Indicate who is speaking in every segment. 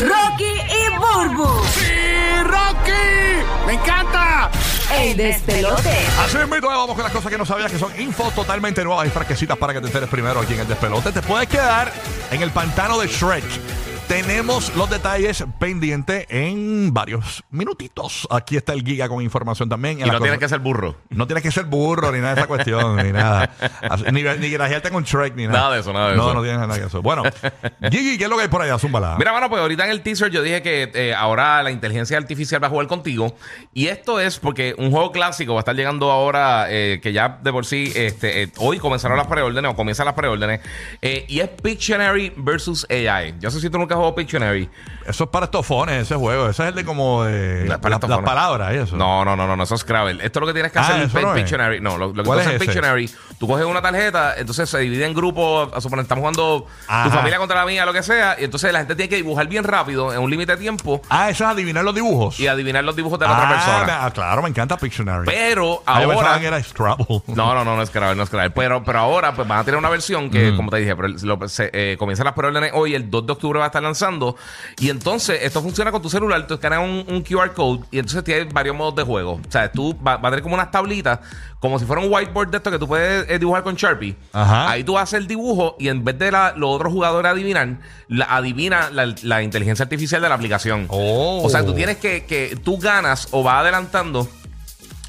Speaker 1: Rocky y Burbu,
Speaker 2: ¡Sí, Rocky! ¡Me encanta!
Speaker 1: el despelote.
Speaker 2: Así es, mito, vamos con las cosas que no sabías, que son info totalmente nuevas y fresquecitas para que te enteres primero aquí en el despelote. Te puedes quedar en el pantano de Shrek. Tenemos los detalles pendientes en varios minutitos. Aquí está el Giga con información también.
Speaker 3: Y no tienes que ser burro.
Speaker 2: No tienes que ser burro ni nada de esa cuestión, ni nada. Así- Ni, ni grajearte con Shrek, ni nada.
Speaker 3: Nada de eso, nada de
Speaker 2: no,
Speaker 3: eso.
Speaker 2: No, tienes nada de eso. Bueno, Gigi, ¿qué es lo que hay por allá? Zúmbala.
Speaker 3: Mira, mano, pues ahorita en el teaser yo dije que eh, ahora la inteligencia artificial va a jugar contigo. Y esto es porque un juego clásico va a estar llegando ahora, eh, que ya de por sí, este, eh, hoy comenzaron las preórdenes o comienzan las preórdenes. eh, y es Pictionary versus AI. Yo no sé si tú nunca has jugado Pictionary.
Speaker 2: Eso es para estofones, ese juego. Ese es el de como de
Speaker 3: No es para
Speaker 2: la- las
Speaker 3: estofones.
Speaker 2: palabras y eso.
Speaker 3: No, no, no, no, no, eso es Scrabble. Esto es lo que tienes que
Speaker 2: Ah,
Speaker 3: hacer
Speaker 2: eso
Speaker 3: en
Speaker 2: no es.
Speaker 3: Pictionary. No, lo, lo que tú
Speaker 2: ¿Cuál es
Speaker 3: haces en
Speaker 2: ese?
Speaker 3: Pictionary, tú coges una tarjeta, entonces se divide en grupos, a suponer, estamos jugando
Speaker 2: Ajá.
Speaker 3: tu familia contra la mía, lo que sea, y entonces la gente tiene que dibujar bien rápido, en un límite de tiempo,
Speaker 2: Ah, eso es adivinar los dibujos.
Speaker 3: y adivinar los dibujos de la otra
Speaker 2: Ah,
Speaker 3: persona.
Speaker 2: me- ah, claro, me encanta Pictionary.
Speaker 3: Pero
Speaker 2: Ah, yo pensaba
Speaker 3: ahora...
Speaker 2: que era Scrabble.
Speaker 3: No, no, no, no es Scrabble, no es Scrabble. Pero, pero ahora pues van a tener una versión que, como te dije, pero lo- se, eh, comienzan las preórdenes hoy, el 2 de octubre va a estar lanzando. Y entonces, esto funciona con tu celular, tú escaneas un, un QR code y entonces tienes varios modos de juego. O sea, tú va- vas a tener como unas tablitas, como si fuera un whiteboard de esto que tú puedes eh, dibujar con Sharpie.
Speaker 2: Ajá.
Speaker 3: Ahí tú haces el dibujo y en vez de la- los otros jugadores adivinar, la, adivina la, la inteligencia artificial de la aplicación.
Speaker 2: Oh.
Speaker 3: O sea, tú tienes que, que tú ganas o vas adelantando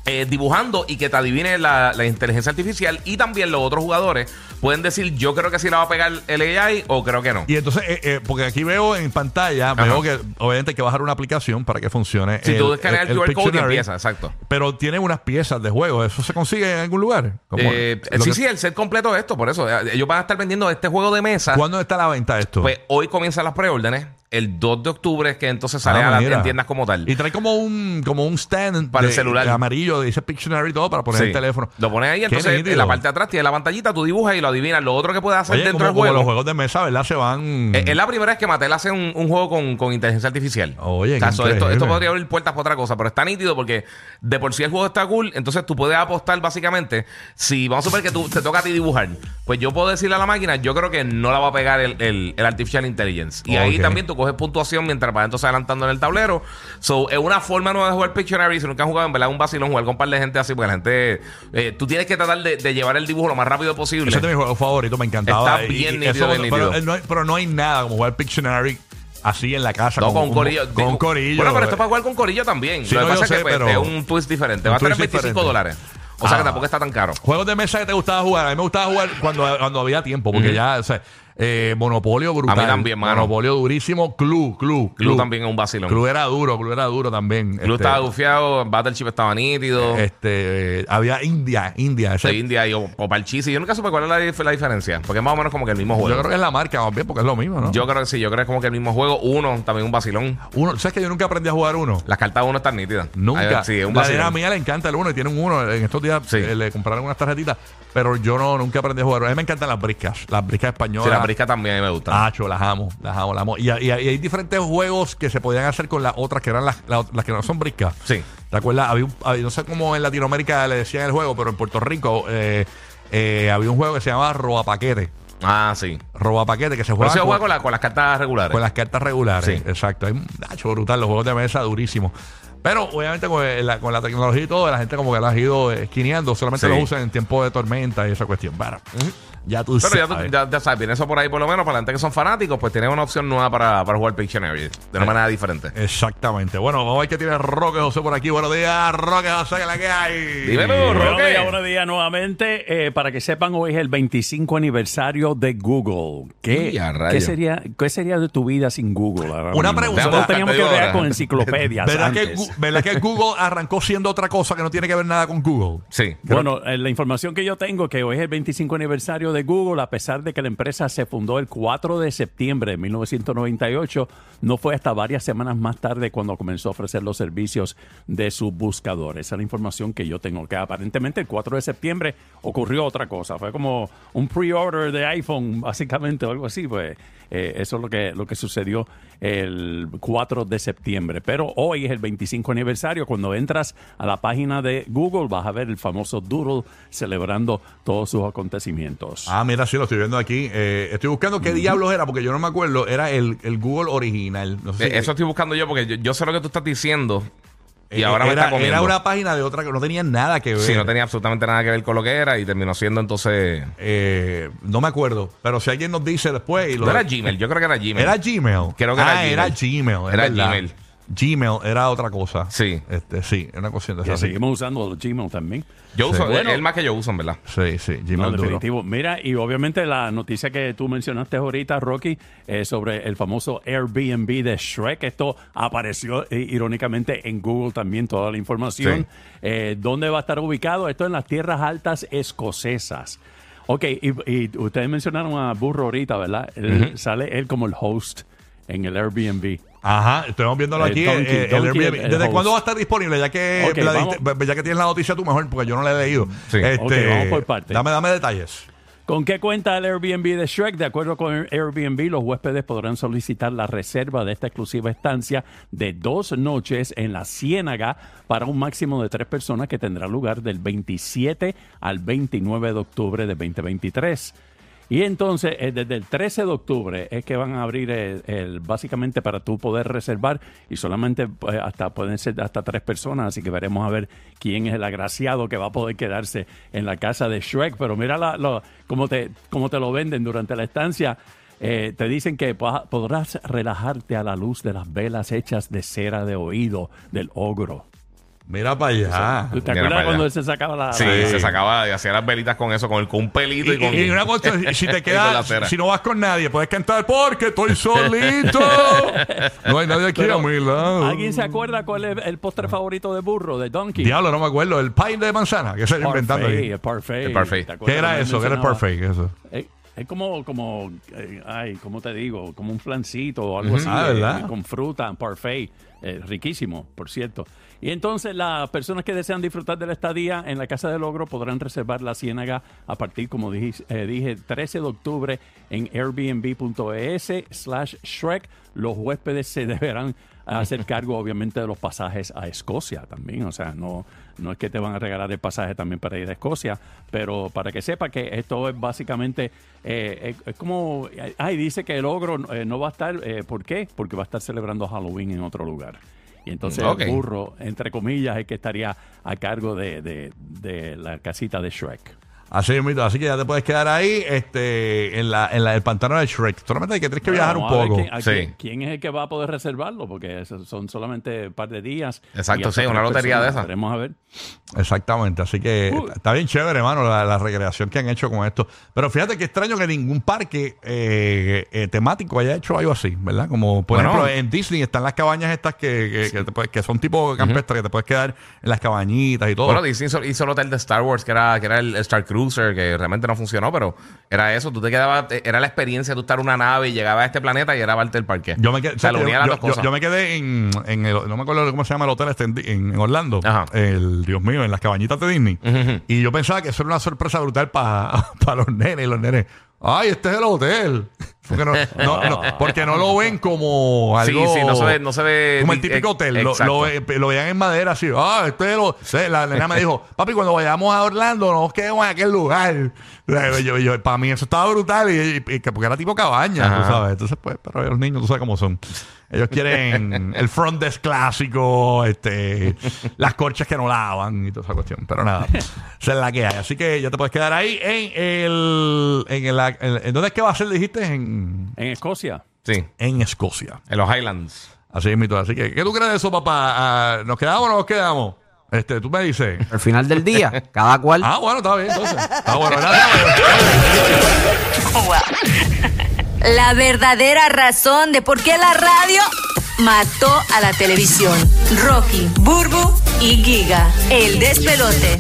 Speaker 3: eh, dibujando y que te adivine la, la inteligencia artificial y también los otros jugadores pueden decir yo creo que sí la va a pegar el AI o creo que no.
Speaker 2: Y entonces, eh, eh, porque aquí veo en pantalla,
Speaker 3: Ajá.
Speaker 2: veo que obviamente hay que bajar una aplicación para que funcione.
Speaker 3: si tú escaneas el, QR code y
Speaker 2: Pictionary,
Speaker 3: empieza, exacto.
Speaker 2: Pero tiene unas piezas de juego. ¿Eso se consigue en algún lugar? ¿Cómo
Speaker 3: Eh,
Speaker 2: es? Lo
Speaker 3: sí,
Speaker 2: que-
Speaker 3: sí, el set completo de esto, por eso. Eh, Ellos van a estar vendiendo este juego de mesa.
Speaker 2: ¿Cuándo está a la venta esto?
Speaker 3: Pues hoy comienzan las preórdenes. El 2 de octubre es que entonces sale
Speaker 2: Ah,
Speaker 3: a las
Speaker 2: mira.
Speaker 3: en tiendas como tal.
Speaker 2: Y trae como un, como un stand
Speaker 3: Para el
Speaker 2: de-
Speaker 3: celular.
Speaker 2: de amarillo, dice Pictionary y todo, para poner
Speaker 3: Sí.
Speaker 2: el teléfono.
Speaker 3: Lo pones ahí,
Speaker 2: Qué
Speaker 3: entonces en la
Speaker 2: nítido.
Speaker 3: parte de atrás tiene la pantallita, tú dibujas y lo adivinas. Lo otro que puedes hacer
Speaker 2: Oye,
Speaker 3: dentro
Speaker 2: como, como
Speaker 3: del
Speaker 2: los
Speaker 3: juego.
Speaker 2: juegos de mesa, ¿verdad? Se van.
Speaker 3: Es, es la primera vez que Mattel hace un, un juego con, con inteligencia artificial.
Speaker 2: Oye,
Speaker 3: O sea,
Speaker 2: qué
Speaker 3: so, esto,
Speaker 2: increíble.
Speaker 3: esto podría abrir puertas para otra cosa, pero está nítido porque de por sí el juego está cool. Entonces tú puedes apostar básicamente. Si vamos a suponer que tú, te toca a ti dibujar, pues yo puedo decirle a la máquina, yo creo que no la va a pegar el, el- el Artificial Intelligence. Y ahí
Speaker 2: Ok.
Speaker 3: también tú coges puntuación mientras vas entonces adelantando en el tablero. So, es una forma nueva de jugar Pictionary. Si nunca han jugado, en verdad, es un vacilón jugar con un par de gente así, porque la gente. eh, tú tienes que tratar de, de llevar el dibujo lo más rápido posible.
Speaker 2: Ese es de mis juegos favoritos, me encantaba.
Speaker 3: Está bien nítido,
Speaker 2: eso-
Speaker 3: bien
Speaker 2: pero,
Speaker 3: nítido.
Speaker 2: eh, no hay, pero no hay nada como jugar Pictionary así en la casa.
Speaker 3: No, con, un corillo.
Speaker 2: Con un
Speaker 3: Digo,
Speaker 2: corillo. eh.
Speaker 3: Bueno, pero esto es para jugar con corillo también.
Speaker 2: Sí,
Speaker 3: Lo que
Speaker 2: no, yo
Speaker 3: pasa es que
Speaker 2: sé,
Speaker 3: pues,
Speaker 2: pero-
Speaker 3: es un twist diferente.
Speaker 2: Un
Speaker 3: Va a tener
Speaker 2: twist
Speaker 3: 25
Speaker 2: diferente.
Speaker 3: dólares. O sea que
Speaker 2: Ah.
Speaker 3: tampoco está tan caro.
Speaker 2: Juegos de mesa que te gustaba jugar. A mí me gustaba jugar cuando, cuando había tiempo, porque ya, o sea, eh, Monopolio brutal.
Speaker 3: A mí también, mano.
Speaker 2: Monopolio durísimo. Club, club,
Speaker 3: Clue también es un vacilón. Clue,
Speaker 2: Club era duro, Club era duro también. Este,
Speaker 3: estaba gufiado, Battleship estaba nítido.
Speaker 2: Este, eh, había India, India. ese-
Speaker 3: de India y o, o Parchisi. Yo nunca supe cuál era la, dif- la diferencia. Porque es más o menos como que el mismo
Speaker 2: yo
Speaker 3: juego.
Speaker 2: creo que es la marca más bien, porque es lo mismo, ¿no?
Speaker 3: Yo creo que sí, yo creo que es como que el mismo juego. Uno, también un vacilón.
Speaker 2: uno, ¿Sabes que yo nunca aprendí a jugar uno?
Speaker 3: Las cartas de uno están nítidas.
Speaker 2: Nunca.
Speaker 3: Ay, Sí, es un
Speaker 2: la nena
Speaker 3: vacilón.
Speaker 2: mía le encanta el uno y tiene un uno. En estos días
Speaker 3: Sí.
Speaker 2: eh, le compraron unas tarjetitas, pero yo no nunca aprendí a jugar. A mí me encantan las briscas, las briscas españolas.
Speaker 3: Sí, la brisca también a mí me gusta.
Speaker 2: Tacho, las amo, las amo, las amo. Y, y- y hay diferentes juegos que se podían hacer con las otras que eran las, la- las que no son briscas.
Speaker 3: Sí.
Speaker 2: ¿Te acuerdas? Había un- había- no sé cómo en Latinoamérica le decían el juego, pero en Puerto Rico eh, eh, había un juego que se llamaba Roba Paquete.
Speaker 3: Ah, sí.
Speaker 2: Roba Paquete, que se
Speaker 3: Pero
Speaker 2: jugaba
Speaker 3: se
Speaker 2: con,
Speaker 3: juega con, la- con las cartas regulares.
Speaker 2: con las cartas regulares.
Speaker 3: Sí.
Speaker 2: Exacto. Hay, tacho, brutal, los juegos de mesa durísimos. Pero obviamente con eh, la, con la tecnología y todo, la gente como que la ha ido esquineando, solamente
Speaker 3: Sí.
Speaker 2: los usan en tiempo de tormenta y esa cuestión. Bueno, ya tú
Speaker 3: Pero ya, tú-
Speaker 2: sabes.
Speaker 3: ya, ya sabes, viene eso por ahí por lo menos. Para la gente que son fanáticos, pues tienen una opción nueva para, para jugar Pictionary de
Speaker 2: Eh.
Speaker 3: una manera diferente.
Speaker 2: Exactamente. Bueno, vamos a ver qué tiene Roque José por aquí. Buenos días, Roque José, que la que hay.
Speaker 3: Dímelo, Roque.
Speaker 4: Buenos días, buenos días nuevamente. Eh, para que sepan, hoy es el 25 aniversario de Google. ¿Qué,
Speaker 3: Y a rayos.
Speaker 4: ¿qué, sería, ¿qué sería de tu vida sin Google? ahora
Speaker 2: Una
Speaker 4: mismo?
Speaker 2: pregunta.
Speaker 4: Nosotros teníamos que
Speaker 3: Ahora.
Speaker 4: ver con enciclopedias.
Speaker 2: ¿Verdad que,
Speaker 4: antes.
Speaker 2: Gu- ¿Verdad que Google arrancó siendo otra cosa que no tiene que ver nada con Google?
Speaker 3: Sí.
Speaker 4: eh, Bueno, eh, la información que yo tengo es que hoy es el 25 aniversario aniversario de Google, a pesar de que la empresa se fundó el 4 de septiembre de 1998, no fue hasta varias semanas más tarde cuando comenzó a ofrecer los servicios de sus buscadores. Esa es la información que yo tengo, que aparentemente el 4 de septiembre ocurrió otra cosa. Fue como un pre-order de iPhone, básicamente, o algo así. Pues eh, eso es lo que, lo que sucedió el 4 de septiembre. Pero hoy es el 25 aniversario. Cuando entras a la página de Google, vas a ver el famoso Doodle celebrando todos sus acontecimientos.
Speaker 2: Ah, mira, sí, lo estoy viendo aquí. Eh, estoy buscando qué diablos era, porque yo no me acuerdo. Era el, el Google original. No sé si-
Speaker 3: Eh, Eso estoy buscando yo porque yo, yo sé lo que tú estás diciendo y
Speaker 2: eh,
Speaker 3: ahora me
Speaker 2: era,
Speaker 3: está comiendo.
Speaker 2: era una página de otra que no tenía nada que ver.
Speaker 3: Sí, no tenía absolutamente nada que ver con lo que era y terminó siendo entonces...
Speaker 2: Eh, no me acuerdo. Pero si alguien nos dice después. Y lo-
Speaker 3: No era Gmail, yo creo que era Gmail.
Speaker 2: Era Gmail.
Speaker 3: Creo que era
Speaker 2: Ah,
Speaker 3: Gmail.
Speaker 2: era Gmail. es
Speaker 3: Era
Speaker 2: verdad.
Speaker 3: Gmail.
Speaker 2: Gmail era otra cosa.
Speaker 3: Sí.
Speaker 2: Este, sí, era una cosita
Speaker 4: Que
Speaker 2: así.
Speaker 4: seguimos usando los Gmail también.
Speaker 3: Yo uso,
Speaker 4: Bueno.
Speaker 3: el más que yo uso, en verdad.
Speaker 2: Sí, sí, Gmail
Speaker 4: No,
Speaker 2: duro.
Speaker 4: definitivo. Mira, y obviamente la noticia que tú mencionaste ahorita, Rocky, eh, sobre el famoso Airbnb de Shrek. Esto apareció eh, irónicamente en Google también, toda la información. Eh, ¿Dónde va a estar ubicado? Esto en las tierras altas escocesas. Ok, y, y ustedes mencionaron a Burro ahorita, ¿verdad? Él- Sale él como el host en el Airbnb.
Speaker 2: Ajá, estamos viéndolo
Speaker 4: El
Speaker 2: aquí.
Speaker 4: donkey,
Speaker 2: eh, el
Speaker 4: donkey,
Speaker 2: Airbnb.
Speaker 4: el- el
Speaker 2: ¿Desde
Speaker 4: host.
Speaker 2: cuándo va a estar disponible? Ya que,
Speaker 4: Ok,
Speaker 2: la
Speaker 4: vamos.
Speaker 2: diste- ya que tienes la noticia tú mejor, porque yo no la he leído. Este,
Speaker 3: Sí.
Speaker 4: Ok, vamos por partes.
Speaker 2: Dame, dame detalles.
Speaker 4: ¿Con qué cuenta el Airbnb de Shrek? De acuerdo con Airbnb, los huéspedes podrán solicitar la reserva de esta exclusiva estancia de dos noches en la Ciénaga para un máximo de tres personas que tendrá lugar del 27 al 29 de octubre de 2023. Y entonces, eh, desde el 13 de octubre es que van a abrir el, el- básicamente para tú poder reservar y solamente pues, hasta pueden ser hasta tres personas, así que veremos a ver quién es el agraciado que va a poder quedarse en la casa de Shrek. Pero mira la, lo- cómo, te, cómo te lo venden durante la estancia. Eh, te dicen que po- podrás relajarte a la luz de las velas hechas de cera de oído del ogro.
Speaker 2: Mira para allá.
Speaker 4: ¿Tú te
Speaker 3: mira para
Speaker 4: acuerdas
Speaker 3: allá.
Speaker 4: cuando él se sacaba la...
Speaker 3: Sí,
Speaker 4: la-
Speaker 3: se sacaba y hacía las velitas con eso, con, el, con un pelito y, con...
Speaker 2: Y, y una cosa, si te
Speaker 3: con la
Speaker 2: quedas,
Speaker 3: cera.
Speaker 2: si no vas con nadie, puedes cantar porque estoy solito. No hay nadie aquí
Speaker 4: Pero,
Speaker 2: a mi lado.
Speaker 4: ¿Alguien se acuerda cuál es el postre favorito de burro, de Donkey?
Speaker 2: Diablo, no me acuerdo. El pie de manzana que se está inventando
Speaker 4: Parfait,
Speaker 2: ahí.
Speaker 4: el parfait.
Speaker 3: El parfait.
Speaker 4: ¿Te acuerdas
Speaker 2: ¿Qué era
Speaker 4: que
Speaker 2: eso? ¿Qué era el
Speaker 4: mencionaba?
Speaker 2: perfect? Eso.
Speaker 4: Eh, Es como, como, eh, ay, ¿cómo te digo? Como un flancito o algo así.
Speaker 2: Ah,
Speaker 4: eh,
Speaker 2: ¿verdad?
Speaker 4: con fruta, un parfait. eh, riquísimo, por cierto. Y entonces las personas que desean disfrutar de la estadía en la Casa del Logro podrán reservar la ciénaga a partir, como dije, eh, dije 13 de octubre en airbnb.es slash Shrek. Los huéspedes se deberán hacer cargo, obviamente, de los pasajes a Escocia también. O sea, no, no es que te van a regalar el pasaje también para ir a Escocia, pero para que sepa que esto es básicamente, eh, es, es como, ay, dice que el ogro eh, no va a estar, eh, ¿por qué? Porque va a estar celebrando Halloween en otro lugar. Y entonces
Speaker 3: Ok.
Speaker 4: el burro, entre comillas, es que estaría a cargo de, de- de la casita de Shrek.
Speaker 2: Así mismo, así que ya te puedes quedar ahí este, en, la, en la, el pantano de Shrek. Solamente que tienes que viajar un
Speaker 4: Vamos a ver
Speaker 2: poco.
Speaker 4: Quién, a
Speaker 3: Sí.
Speaker 4: quién- quién es el que va a poder reservarlo? Porque eso son solamente un par de días.
Speaker 3: Exacto,
Speaker 4: Y hasta
Speaker 3: sí, una
Speaker 4: tres
Speaker 3: lotería de esas.
Speaker 4: Veremos a ver.
Speaker 2: Exactamente, así que
Speaker 3: Uh.
Speaker 4: Uy.
Speaker 2: está bien chévere, hermano, la, la recreación que han hecho con esto. Pero fíjate que extraño que ningún parque eh, eh, temático haya hecho algo así, ¿verdad? Como por
Speaker 3: Bueno.
Speaker 2: ejemplo en Disney están las cabañas estas que, que, que te puedes- que son tipo campestre, que te puedes quedar en las cabañitas y todo.
Speaker 3: Bueno, Disney hizo, hizo el hotel de Star Wars, que era, que era el Star Cruiser, que realmente no funcionó, pero era eso. Tú te quedabas, eh, era la experiencia de tú estar en una nave y llegabas a este planeta y era parte del parque.
Speaker 2: yo me quedé,
Speaker 3: O sea,
Speaker 2: yo,
Speaker 3: lo unía las
Speaker 2: yo-
Speaker 3: dos cosas.
Speaker 2: yo- yo me quedé en, en el- no me acuerdo cómo se llama el hotel este en, Di- en- en Orlando,
Speaker 3: Ajá.
Speaker 2: el Dios mío, en las cabañitas de Disney. Y yo pensaba que eso era una sorpresa brutal para los nenes y los nenes. Ay, este es el hotel. Porque no, no- no, porque no lo ven como
Speaker 3: Sí,
Speaker 2: algo.
Speaker 3: sí, no se ve- no se ve-
Speaker 2: Como el típico
Speaker 3: eh,
Speaker 2: hotel. Lo,
Speaker 3: exacto.
Speaker 2: lo ve- lo veían en madera así. Ah, este es el hotel. La nena me dijo, papi, cuando vayamos a Orlando, nos quedemos en aquel lugar. para mí eso estaba brutal. Y, y- y que- porque era tipo cabaña, tú
Speaker 3: Ajá.
Speaker 2: sabes. Entonces, pues, pero los niños, tú sabes cómo son. Ellos quieren el front desk clásico, este, las corchas que no lavan y toda esa cuestión. Pero nada, esa es la que hay. Así que ya te puedes quedar ahí en el. ¿En, el, en- en- dónde es que va a ser, dijiste? En,
Speaker 4: En Escocia.
Speaker 3: Sí,
Speaker 2: en Escocia.
Speaker 3: en los Highlands.
Speaker 2: Así es, mito. Así que, ¿qué tú crees de eso, papá? Ah, ¿Nos quedamos o no nos quedamos? Este, tú me dices.
Speaker 5: Al final del día, cada cual
Speaker 2: Ah, bueno, está bien, entonces. Está bueno, nada.
Speaker 1: La verdadera razón de por qué la radio mató a la televisión. Rocky, Burbu y Giga. El despelote.